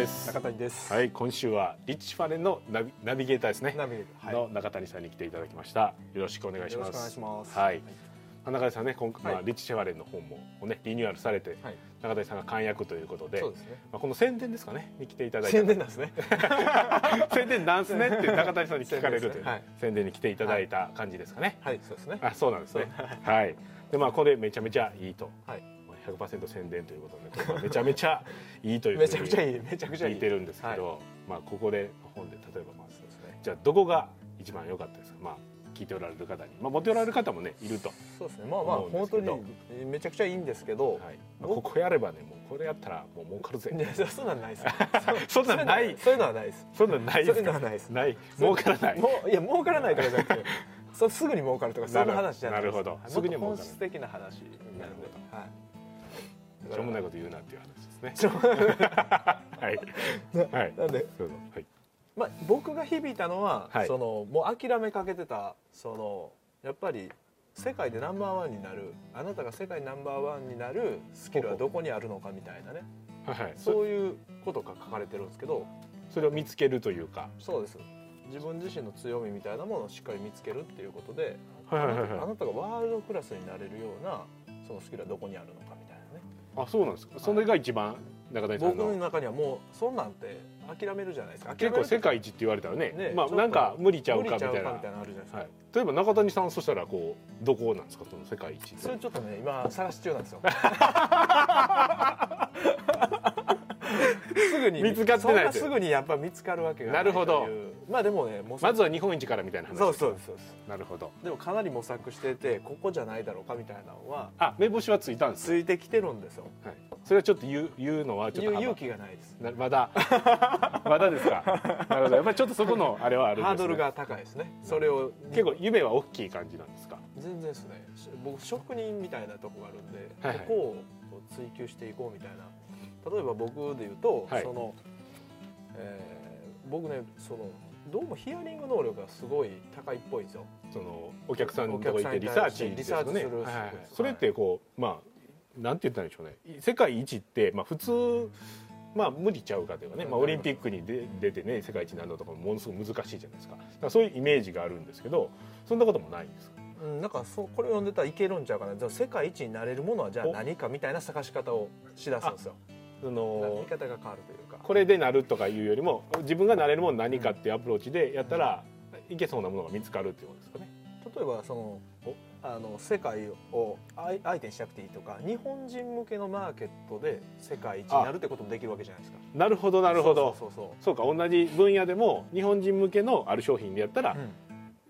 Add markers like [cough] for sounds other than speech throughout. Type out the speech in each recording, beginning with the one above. ですはい、今週はリッチファレンのナビナビゲーターですね。ナビゲーターはいの中谷さんに来ていただきました。よろしくお願いしよろましくお願いす。しますはい。中谷さんね、今まはあいリッチファレンの本もをねリニューアルされて、はい中谷さんが完約ということで、そうですねまあこの宣伝ですかねに来ていただいた。宣伝なんですね宣伝なんすねって中谷さんに聞かれるという宣伝ですねはい宣伝に来ていただいた感じですかね。はいそうですねあ、そうなんですね。 [laughs] はい。でまあこれめちゃめちゃいいと。はい100%宣伝ということで、これはめちゃめちゃいいというふうにめちゃくちゃいいめちゃくちゃいい聞いてるんですけど、はまあここで本で例えばまずそうですねじゃあどこが一番良かったですかまあ聞いておられる方にまあ持っておられる方もねいると、そうですねまあまあ思うんで本すけ当どにめちゃくちゃいいんですけど、はいまあ、ここやればねもうこれやったらもう儲かるぜいやそんなんないです [laughs] そんなんないそういうのはないですそんなんないですそういうのかはないですない儲からないもういや儲からないとかじゃ [laughs] なくてそうすぐに儲かるとかそういう話じゃないですなるほどはいすぐには儲もからっないと本質的な話になるんでなるはいしょうもないこと言うなっていう話ですしねょうがない [laughs] はいは [laughs] いなんでそうそうはいまあ、僕が響いたのは、はいそのもう諦めかけてたそのやっぱり世界でナンバーワンになるあなたが世界ナンバーワンになるスキルはどこにあるのかみたいなねはいはいそそういうことが書かれてるんですけどそれを見つけるというかそうです自分自身の強みみたいなものをしっかり見つけるっていうことではいはいはいあはいなたがワールドクラスになれるようなそのスキルはどこにあるのかみたいなねあそうなんですかそれが一番中谷さん僕のの中にはもうそんなんて諦めるじゃないですか結構世諦め界一って言われたらねねまあちょっとなんか無理ちゃうるか無み理たちゃうかいみなたいなのあるじゃないですか、はい、例えば中谷さんそしたらこうどこなんですかその世界一それちょっとね今探し中なんですよ [laughs] すぐに見つかってないそんなすぐにやっぱ見つかるわけがいなるほどというまあでもね模ま索ずは日本一からみたいな話そうそうそうですなるほどでもかなり模索しててここじゃないだろうかみたいなのはあ目星はついたんです、ついてきてるんですよはい、それはちょっと言う言うのはちょっとゆ幅勇気がないですなまだ [laughs] まだですかなるほどやっぱりちょっとそこのあれはあるんです、ね、ハードルが高いですねそれを結構夢は大きい感じなんですか全然ですねし僕職人みたいなとこがあるんで、はいはいここをこう追求していこうみたいな例えば僕で言うと、はいその、えー僕ねそのどうもヒアリング能力がすごい高いっぽいんですよそのお客さんのとこ行っお客さてんにリ対サーしてチですよねリサーチすはるいはいはいそうですそれってこうまあなんて言ったらいいんでしょうね世界一って、まあ、普通まあ無理ちゃうかというかね、まあ、オリンピックに出出てね世界一になるのとかもものすごく難しいじゃないですかだからそういうイメージがあるんですけどそんなこともないんですかうん、なんかそうこれを読んでたらいけるんちゃうかなじゃあ世界一になれるものはじゃあお何かみたいな探し方をしだすんですよそ見の方が変わるというかこれでなるとかいうよりも自分がなれるもの何かっていうアプローチでやったらいけそうなものが見つかるっていうことですかね。例えばそのおあの世界を相相手にしなくていいとか日本人向けのマーケットで世界一になるってこともできるわけじゃないですかなるほどなるほどそうそうそうか同じ分野でも日本人向けのある商品でやったら、そう、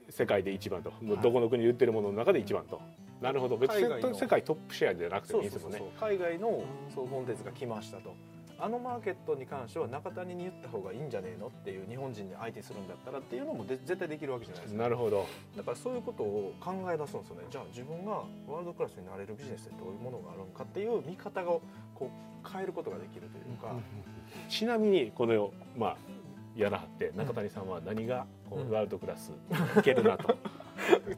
世界で一番と、いどこの国で売ってるものの中で一番となるほど別に海外の世界トップシェアじゃなくてそもういいそでうすそもうんね海外のそうコンテンツが来ましたとあのマーケットに関しては中谷に言った方がいいんじゃねえのっていう日本人に相手にするんだったらっていうのもで絶対できるわけじゃないですかなるほどだからそういうことを考え出すんですよねじゃあ自分がワールドクラスになれるビジネスってどういうものがあるのかっていう見方をこう変えることができるというか、ちなみにこれをまあやらはって中谷さんは何がこうんうワールドクラスいけるなと [laughs]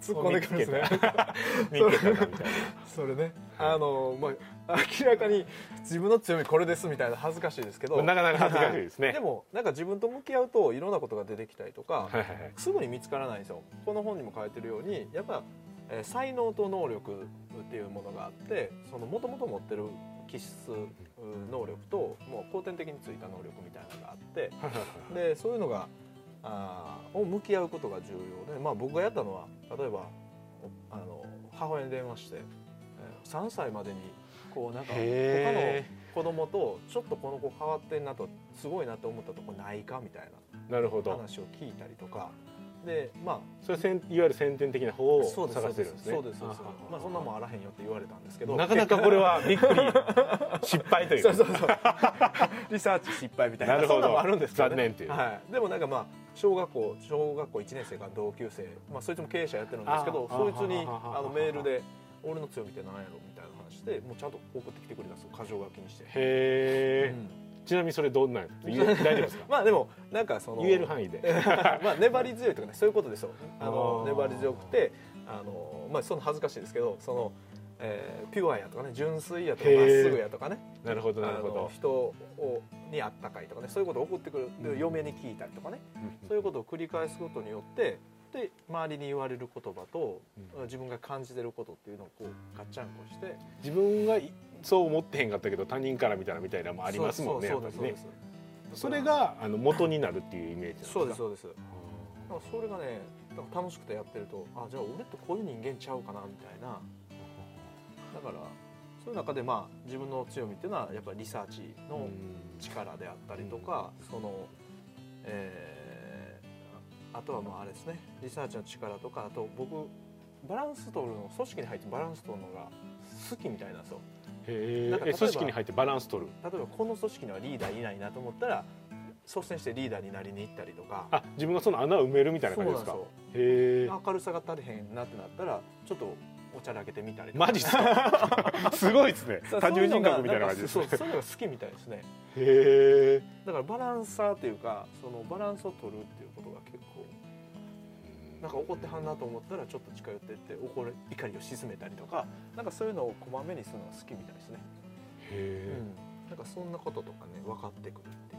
突っ込んでくるんですね [laughs] 見つけたなみたいそれねあのまあ明らかに自分の強みこれですみたいな恥ずかしいですけどななかなか恥ずかしいですねでもなんか自分と向き合うといろんなことが出てきたりとか、はいはいはいすぐに見つからないんですよこの本にも書いてるようにやっぱ、えー才能と能力っていうものがあってそのもともと持ってる気質う能力ともう後天的についた能力みたいなのがあってでそういうのがあーを向き合うことが重要で、まあ、僕がやったのは例えばおあの母親に電話してえー3歳までにこうなんか他のへ子供とちょっとこの子変わってんなとすごいなと思ったとこないかみたいーなるほなど話を聞いたりとかでまあそれせんいわゆる先天的な方そをうです探してるんですねそうですそうですまあそんなもんあらへんよって言われたんですけどなかなかこれはびっくり失敗という [laughs] そうそうそうリサーチ失敗みたいななるほどそんなんもあるんですけど残念っていうはい、でもなんかまあ小学校小学校1年生から同級生、まあ、そいつも経営者やってるんですけどあーそいつにあーあのメールで「俺の強みって何やろ?」みたいな話でもうちゃんと送ってきてくれたんですよ箇条書きにして、へえ、ちなみにそれどん [laughs] なん言え大丈夫ですかまあでもなんかその言える範囲で [laughs] まあ粘り強いとかねそういうことですよあのあー粘り強くてあの、まあ、その恥ずかしいですけどそのえーピュアやとかね純粋やとかまっすぐやとかねなるほどなるあほのど人をにあったかいとかねそういうことを送ってくる、うん嫁に聞いたりとかねうんそういうことを繰り返すことによってで周りに言われる言葉と、うん自分が感じてることっていうのをこうガッチャンコして自分はいそう思ってへんかったけど他人から見たらみたいなのもありますもんねそやうっそぱうりそうでねすそれがあの元になるっていうイメージなんですかそうですそうですそうですだあからそれがねだから楽しくてやってるとあじゃあ俺ってこういう人間ちゃうかなみたいなだからそういう中でまあ自分の強みっていうのはやっぱりリサーチーうのん力であったりとか、その、えーああとはまああれですねリサーチの力とかあと僕バランス取るの組織に入ってバランス取るのが好きみたいなんですよへなーんか例ええば組織に入ってバランス取る例えばこの組織にはリーダーいないなと思ったら率先してリーダーになりに行ったりとかあ自分がその穴を埋めるみたいな感じですかそうなんへえよ明るさが足りへんなってなったらちょっとおちゃらけてみたりとかマジっすかすごいですね [laughs] そう多重人格みたいな感じですそうねいうのがんかそうそういうのが好きみたいですねへえだからバランサーというかそのバランスを取るっていうことが結構なんか怒ってはんなと思ったらちょっと近寄ってって怒る怒りを鎮めたりとかなんかそういうのをこまめにするのが好きみたいですね、へえうん、なんかそんなこととかね分かってくるってい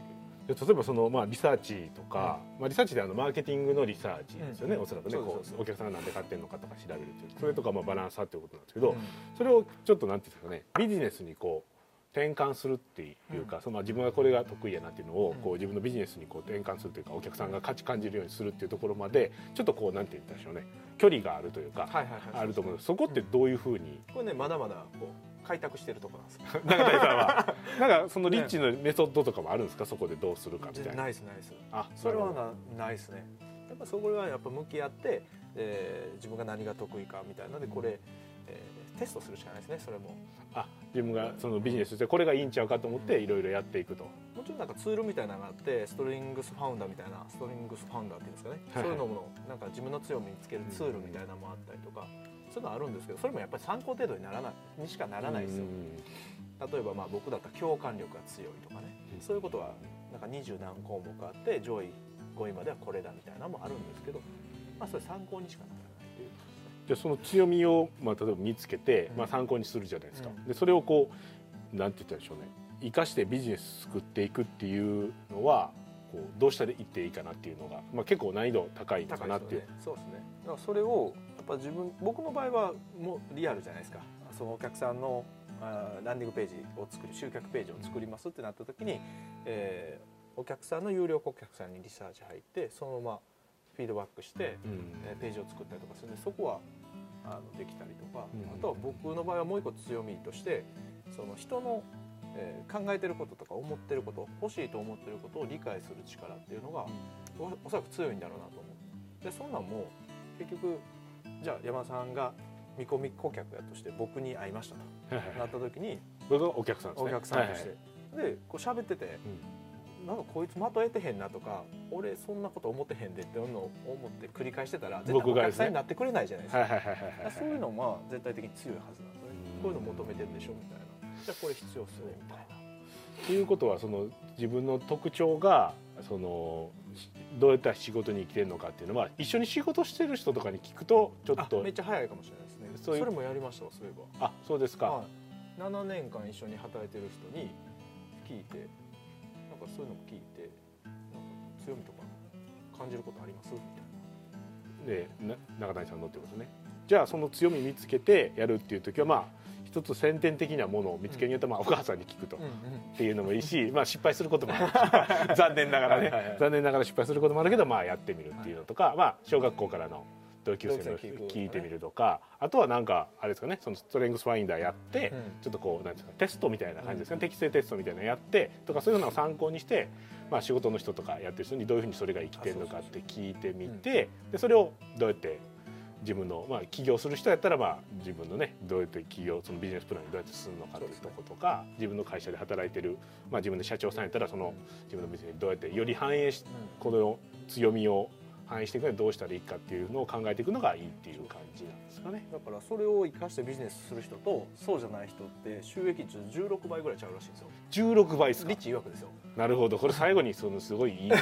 でう例えばその、まあ、リサーチとか、まあ、リサーチであのマーケティングのリサーチですよね、うんおそらくねそうですこそううお客さんが何で買ってるのかとか調べるというそれとかまあバランサーっていうことなんですけど、うんそれをちょっとなんていうんですかねビジネスにこう転換するっていうか、うんそのまあ自分がこれが得意やなっていうのを、うんこう自分のビジネスにこう転換するというかお客さんが価値感じるようにするっていうところまでちょっとこうなんて言ったんでしょうね距離があるというか、はいはいはいあると思うんですそこってどういうふうに、 [laughs] これねまだまだこう開拓してるとこなんですよ中谷さんはなんかそのリッチのメソッドとかもあるんですかそこでどうするかみた [laughs] いな。ナイスナイスあそれなはるほどなないですねやっぱそこはやっぱ向き合って、えー自分が何が得意かみたいなのでこれ、えーテストするしかないですねそれもあ自分がそのビジネスとしてこれがいいんちゃうかと思っていろいろやっていくと、もちろんなんかツールみたいなのがあってストリングスファウンダーみたいなストリングスファウンダーっていうんですかね、はいはいそういうのもなんか自分の強みにつけるツールみたいなのもあったりとか、そういうのあるんですけどそれもやっぱり参考程度にならないにしかならないですよ、例えばまあ僕だったら共感力が強いとかねうんそういうことはなんか二十何項目あって上位5位まではこれだみたいなのもあるんですけど、まあ、それ参考にしかならないというじゃあその強みを、まあ、例えば見つけて、うんまあ、参考にするじゃないですか、うんでそれをこうなんて言ったらいいんでしょうね生かしてビジネス作っていくっていうのはこうどうしたらいっていいかなっていうのが、まあ、結構難易度高いのかなっていう高いですよねそうですねだからそれをやっぱ自分僕の場合はもうリアルじゃないですかそのお客さんのあーランディングページを作る集客ページを作りますってなった時に、えーお客さんの有料顧客さんにリサーチ入ってそのままフィードバックして、うんえーページを作ったりとかするんでそこはあのできたりとか、うんあとは僕の場合はもう一個強みとしてその人の、えー考えてることとか思ってること欲しいと思ってることを理解する力っていうのが、おおそらく強いんだろうなと思うでそんなんも結局じゃあ山田さんが見込み顧客やとして僕に会いましたはいはいとなった時にそれがお客さんですおね客さんとして、はいでこう喋ってて、なんかこいつまとえてへんなとか俺そんなこと思ってへんでっていうのを思って繰り返してたら絶対僕おが客ですさねんになってくれないじゃないですかはいはいはいはいはいそういうのは絶対的に強いはずなんですねうんこういうの求めてるでしょみたいなじゃあこれ必要っすねみたいなということはその自分の特徴がそのしどういった仕事に生きてるのかっていうのは一緒に仕事してる人とかに聞くとちょっあとめっちゃ早いかもしれないですねそそういうれもやりましたわそういえばあそうですか、はい、7年間一緒に働いてる人に聞いてなんかそういうのも聞いてなんか強みとか感じることありますみたいでな中谷さんのってことですねじゃあその強み見つけてやるっていう時はまあ一つ先天的なものを見つけによってまあお母さんに聞くと、な、っていうのもいい [laughs] し、まあ、失敗することもあるし残念ながらはいはいはねい残念ながら失敗することもあるけど、まあ、やってみるっていうのとか、まあ、小学校からの同級生同の級生聞く聞いてみるとかあとはなんかあれですかねそのストレングスファインダーやって、うんちょっとこうなんていうんですかテストみたいな感じですかね、適正テストみたいなのやってとかそういうのを参考にして、まあ、仕事の人とかやってる人にどういうふうにそれが生きてるのかあっそうて聞いてみてでそれをどうやって自分の、まあ、起業する人やったら、まあ、自分のねどうやって起業そのビジネスプランにどうやって進むのかというとことか、自分の会社で働いてる、まあ、自分の社長さんやったらその自分のビジネスにどうやってより反映しうんこの強みを反映していくにはどうしたらいいかっていうのを考えていくのがいいっていう感じなんですかね。だからそれを生かしてビジネスする人とそうじゃない人って収益率16倍ぐらいちゃうらしいんですよ16倍ですかリッチ曰くですよなるほどこれ最後にそのすごいい [laughs] い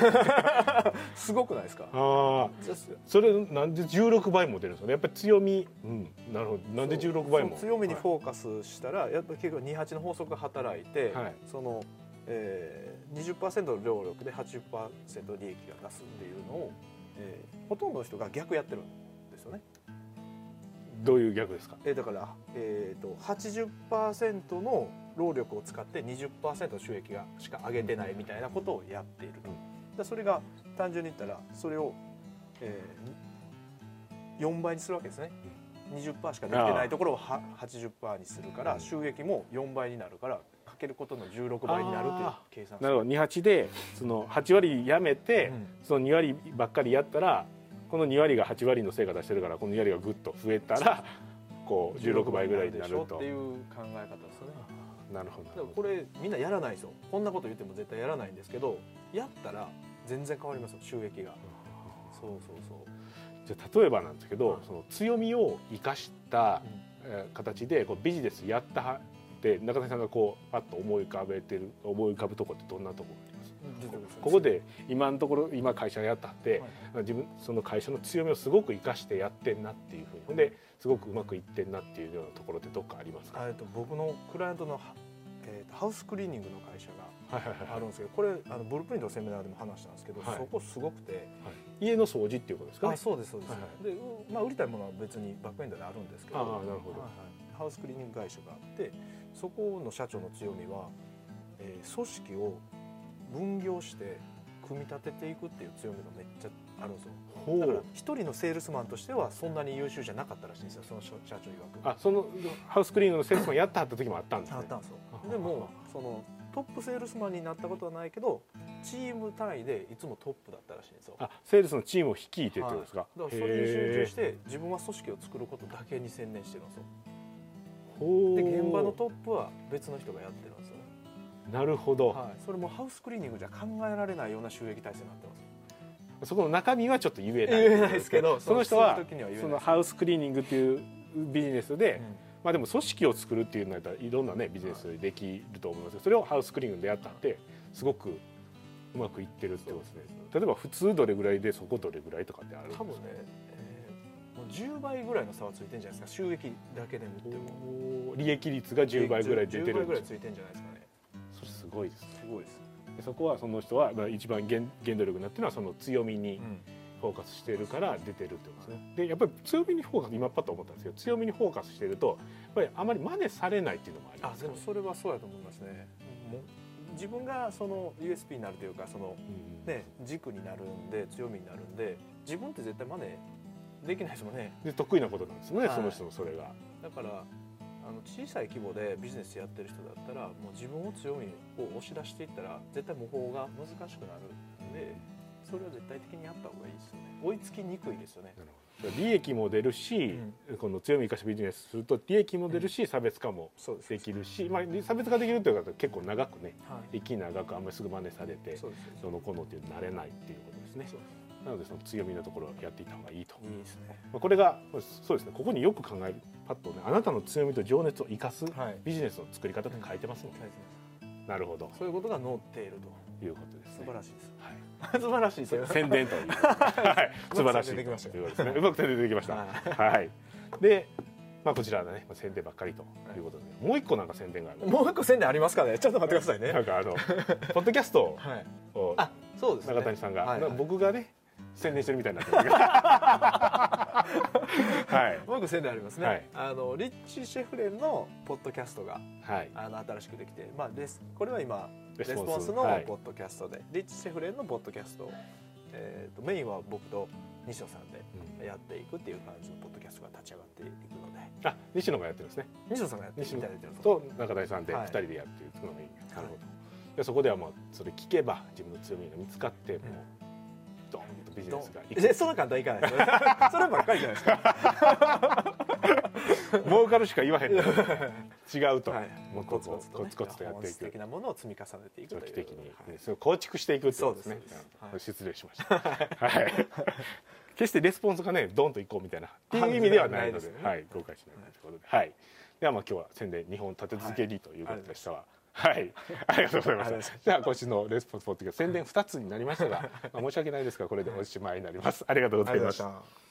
すごくないですかああですそれなんで16倍も出るんですかねやっぱり強み、うん、なるほどなんで16倍もそう強みにはいフォーカスしたら、やっぱり結局28の法則が働いて、はいその、えー、20%の労力で80%利益が出すっていうのを、えーほとんどの人が逆やってるんですよね、どういう逆ですかえーだから、えー、と80%の労力を使って20%の収益がしか上げてないみたいなことをやっていると、うんだからそれが単純に言ったらそれを、えー4倍にするわけですね20%しかできてないところをは80%にするから収益も4倍になるからかけることの16倍になるというあ計算なるほど28でその8割やめて、うんその2割ばっかりやったらこの2割が8割の成果出してるからこの2割がぐっと増えたらこう16倍ぐらいになるでしょっとていう考え方ですよねなるほどなでるもほこれみんなやらないですよこんなこと言っても絶対やらないんですけどやったら全然変わりますよ収益がそうそうそうどじゃあ例えばなんですけど、はいその強みを生かした、えー形でこうビジネスやったはって中谷さんがこうパッと思い浮かべてる思い浮かぶとこってどんなところありますここで今のところ今会社やったって、自分その会社の強みをすごく生かしてやってんなっていうふうにほんですごくうまくいってんなっていうようなところってどっかありますか、えっと僕のクライアントの、はえーとハウスクリーニングの会社はいはいがはあいるんですけどこれあのブループリントのセミナーでも話したんですけど、はいそこすごくて家の掃除っていうことですかあねそうですそうです、はいでうまあ売りたいものは別にバックエンドであるんですけどああなるほどはいはいハウスクリーニング会社があってそこの社長の強みは、えー組織を分業して組み立てていくっていう強みがめっちゃあるんですよほだからう一人のセールスマンとしてはそんなに優秀じゃなかったらしいんですよその社社長曰くあそのハウスクリーニングのセールスマンやったはった時もあったんですあねったんですよああでもそのトップセールスマンになったことはないけどチーム単位でいつもトップだったらしいんですよあセールスのチームを率いてってことですか、だからそれに集中しへて自分は組織を作ることだけに専念してるんですよーほうで現場のトップは別の人がやってるんですよね、なるほど、はい、それもハウスクリーニングじゃ考えられないような収益体制になってますそこの中身はちょっと言えない言えないですけどその人は [laughs] そういう時には言えなそいのハウスクリーニングっていうビジネスで、まあ、でも組織を作るっていうのやったらいろんなねビジネスできると思いますけどそれをハウスクリーニングでやったってすごくうまくいってるってことですね例えば普通どれぐらいでそこどれぐらいとかってあるんです多か分ね、えーもう10倍ぐらいの差はついてんじゃないですか収益だけで見てもおー利益率が10倍ぐらい出て10倍るんぐらいですついてんじゃないですかねそれすごいですねすごいです、でそこはその人はまあ一番原原動力になってるのはその強みにフォーカスしてるから出てるってことですねでやっぱり強みにフォーカス今パッと思ったんですけど強みにフォーカスしてるとやっぱりあまり真似されないっていうのもありあますでよもねそれはそうやと思いますねもう自分がその USP になるというかそのうんね軸になるんで強みになるんで自分って絶対真似できないですもんねで得意なことなんですよね、はいその人のそれがだからあの小さい規模でビジネスやってる人だったらもう自分を強みを押し出していったら絶対模倣が難しくなるんでそれは絶対的にやった方がいいですよね追いつきにくいですよねなるほど利益も出るし、この強み生かしビジネスすると利益も出るし、差別化もそうですできるし、まあ、差別化できるという方は結構長くねはい息長くあんまりすぐ真似されてそうですよねどのこうのっていう慣れないっていうことですねそうなのでその強みのところをやっていった方がいいと、いいですねまあ、これがそうですねここによく考えるパッとねあなたの強みと情熱を生かすはいビジネスの作り方って書いてますもんね、なるほどそういうことが乗っているとということです素ね晴らしいですはい [laughs] 素晴らしいですよ宣伝という、 [laughs] はい、素晴らしい宣伝できましたということですねうまく宣伝できましたはいで、まあ、こちらのねまあ宣伝ばっかりということで、もう一個なんか宣伝があるもう一個宣伝ありますかねちょっと待ってくださいなねんかあのポッドキャストはいをあそうですね中谷さんが、はいまあはい僕がね宣伝してるみたいになって [laughs] ますけどはいもう一個宣伝ありますね、はいあのリッチー・シェフレンのポッドキャストがはいあの新しくできて、まあ、レスこれは今レレススポンスポンスのはいポッドキャストで、リッチ・シェフレンのポッドキャストを、えー、とメインは僕と西野さんでうんやっていくっていう感じのポッドキャストが立ち上がっていくのであ西野がやってるんですね西野さんがやっていた西だ野いてるとと中谷さんではい2人でやってるのがいい、なるほどでそこではもうそれ聞けば自分の強みが見つかってもうドーンとビジネスがいくえそんな簡単にいかないですよね [laughs] そればっかりじゃないですか [laughs] 儲かるしか言わへんのに違う [laughs] と、はいもっとコツこコうツと、ね、コツコツとやってい本質的くなものを積み重ねていく長と期いう的に、はいそれを構築していくってことですねそうですそうですうんはい失礼しま [laughs] した、はい、決してレスポンスがねドンといこうみたいなっていう意味ではないのではいないですねはい、誤解しないということで、はい、ではまあ今日は宣伝2本立て続けにということでしたわはい、ありがとうございまありがとしたうございま。では今週のレスポンスポッドキャスト宣伝2つになりましたが、まあ申し訳ないですがこれでおしまいになります。ありがとうございました。た